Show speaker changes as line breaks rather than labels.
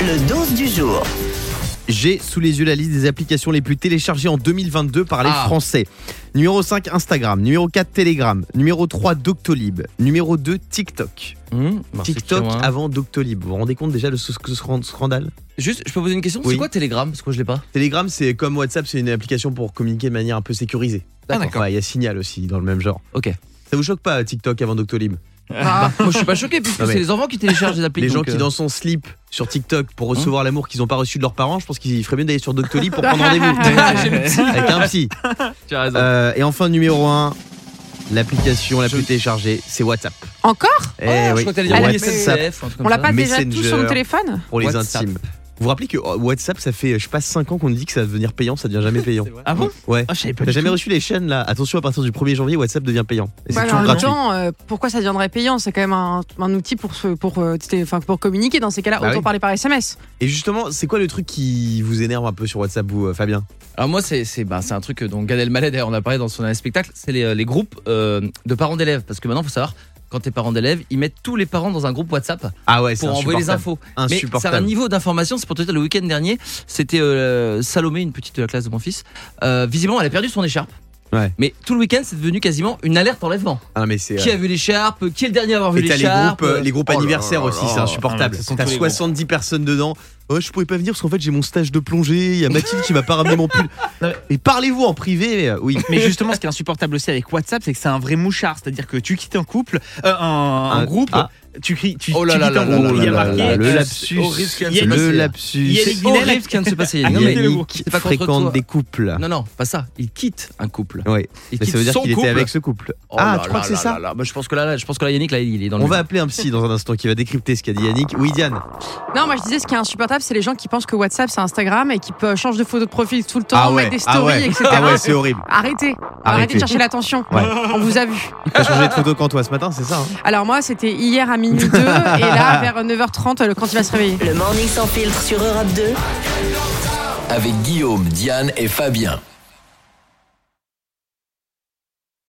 Le 12 du jour.
J'ai sous les yeux la liste des applications les plus téléchargées en 2022 par les
Ah.
Français. Numéro 5, Instagram. Numéro 4, Telegram. Numéro 3, Doctolib. Numéro 2, TikTok.
Hum, bah, c'est
TikTok
sûr, hein.
avant Doctolib. Vous vous rendez compte déjà de ce, ce scandale
Juste, je peux poser une question
Oui.
C'est quoi Telegram Parce que je l'ai pas.
Telegram, c'est comme WhatsApp, c'est une application pour communiquer de manière un peu sécurisée.
Ah, d'accord.
Ouais, Il y a Signal aussi dans le même genre.
Ok.
Ça vous choque pas TikTok avant Doctolib
Ah, moi, je suis pas choqué puisque
Non, mais-
c'est les enfants qui téléchargent les applis.
Les gens
donc,
qui
euh, Mmh.
dans son slip sur TikTok pour recevoir l'amour qu'ils n'ont pas reçu de leurs parents, je pense qu'ils feraient mieux d'aller sur Doctolib pour prendre rendez-vous avec un psy.
Ah, Tu as raison.
Euh, et enfin numéro 1 l'application la plus téléchargée, c'est WhatsApp.
Encore
Eh
Ah, je
oui,
crois que t'allais dire
Allez,
WhatsApp
SNCF, un truc comme
On l'a
ça.
pas déjà tous sur
Messenger.
nos téléphones
pour les
WhatsApp.
intimes. Vous vous rappelez que oh, WhatsApp, ça fait je sais pas 5 ans qu'on nous dit que ça va devenir payant, ça devient jamais payant.
Ah bon
Ouais.
Ah, je savais pas.
T'as
du
jamais
tout.
reçu les chaînes là Attention, à partir du 1er janvier, WhatsApp devient payant. Et c'est
Bah,
Ouais, mais
toujours
en même
gratuit.
temps, euh, pourquoi ça deviendrait payant C'est quand même un, un outil pour, se- pour, euh, télé- enfin, pour communiquer. Dans ces cas-là,
Bah
autant
oui.
parler par SMS.
Et justement, c'est quoi le truc qui vous énerve un peu sur WhatsApp, vous, euh, Fabien
Alors moi, c'est c'est bah, c'est un truc dont Gad Elmaleh d'ailleurs on a parlé dans son dernier spectacle, c'est les, euh, les groupes euh, de parents d'élèves. Parce que maintenant, faut savoir, quand t'es parents d'élèves, ils mettent tous les parents dans un groupe WhatsApp
Ah ouais, c'est
pour envoyer les
insupportable.
infos. Mais ça a un
Insupportable.
niveau d'information, c'est pour te dire, le week-end dernier, c'était euh, Salomé, une petite de la classe de mon fils. Euh, visiblement, elle a perdu son écharpe.
Ouais.
Mais tout le week-end, c'est devenu quasiment une alerte enlèvement.
Ah non, mais c'est.
Qui
euh,
a vu l'écharpe Qui est le dernier à avoir vu
Et t'as les
l'écharpe
groupes, euh, les groupes
Oh là
anniversaires
là
aussi,
là
c'est
là.
insupportable.
Ah, mais ce sont
T'as
tous les
70 personnes dedans. Oh, je pouvais pas venir parce qu'en fait j'ai mon stage de plongée. Il y a Mathilde qui m'a pas ramené mon pull. Et parlez-vous en privé, euh, oui.
Mais justement, ce qui est insupportable aussi avec WhatsApp, c'est que c'est un vrai mouchard. C'est-à-dire que tu quittes un couple, euh, un, un
Ah,
groupe,
ah.
tu cries, tu,
Oh là
tu
là
quittes un
là
groupe,
là
il y
là
a
là là
marqué.
le
euh,
lapsus,
au risque qu'il y ait-
le
c'est-
lapsus.
il y a les
C'est
Guinée,
horrible ce qui vient de se passer.
Ah,
Non,
il y a
mais
les groupes.
il
Yannick
contre toi.
fréquente des couples.
Non, non, pas ça. Il quitte un couple.
Ouais,
Il
mais
quitte
ça veut dire
son
qu'il
couple.
était avec ce couple.
Oh
ah,
là
tu
là
crois que c'est
là
ça
là là. Bah, je pense que là, là, je pense que là, Yannick, là, il est dans le.
On
mur.
va appeler un psy dans un instant qui va décrypter ce qu'a
Ah.
dit Yannick. Oui, Diane.
Non, moi je disais, ce qui est insupportable, c'est les gens qui pensent que WhatsApp c'est Instagram et qui peuvent changer de photo de profil tout le temps,
ah ouais,
mettre des stories,
ah ouais,
etc.
ah ouais, c'est horrible.
Arrêtez, arrêtez,
Arrêtez.
de chercher l'attention.
Ouais.
On vous a vu.
T'as changé de photo quand toi ce matin, c'est ça hein
Alors moi, c'était hier à minuit 2 et là vers 9h30 euh, le- quand il va se réveiller.
Le morning sans filtre sur Europe 2.
Avec Guillaume, Diane et Fabien.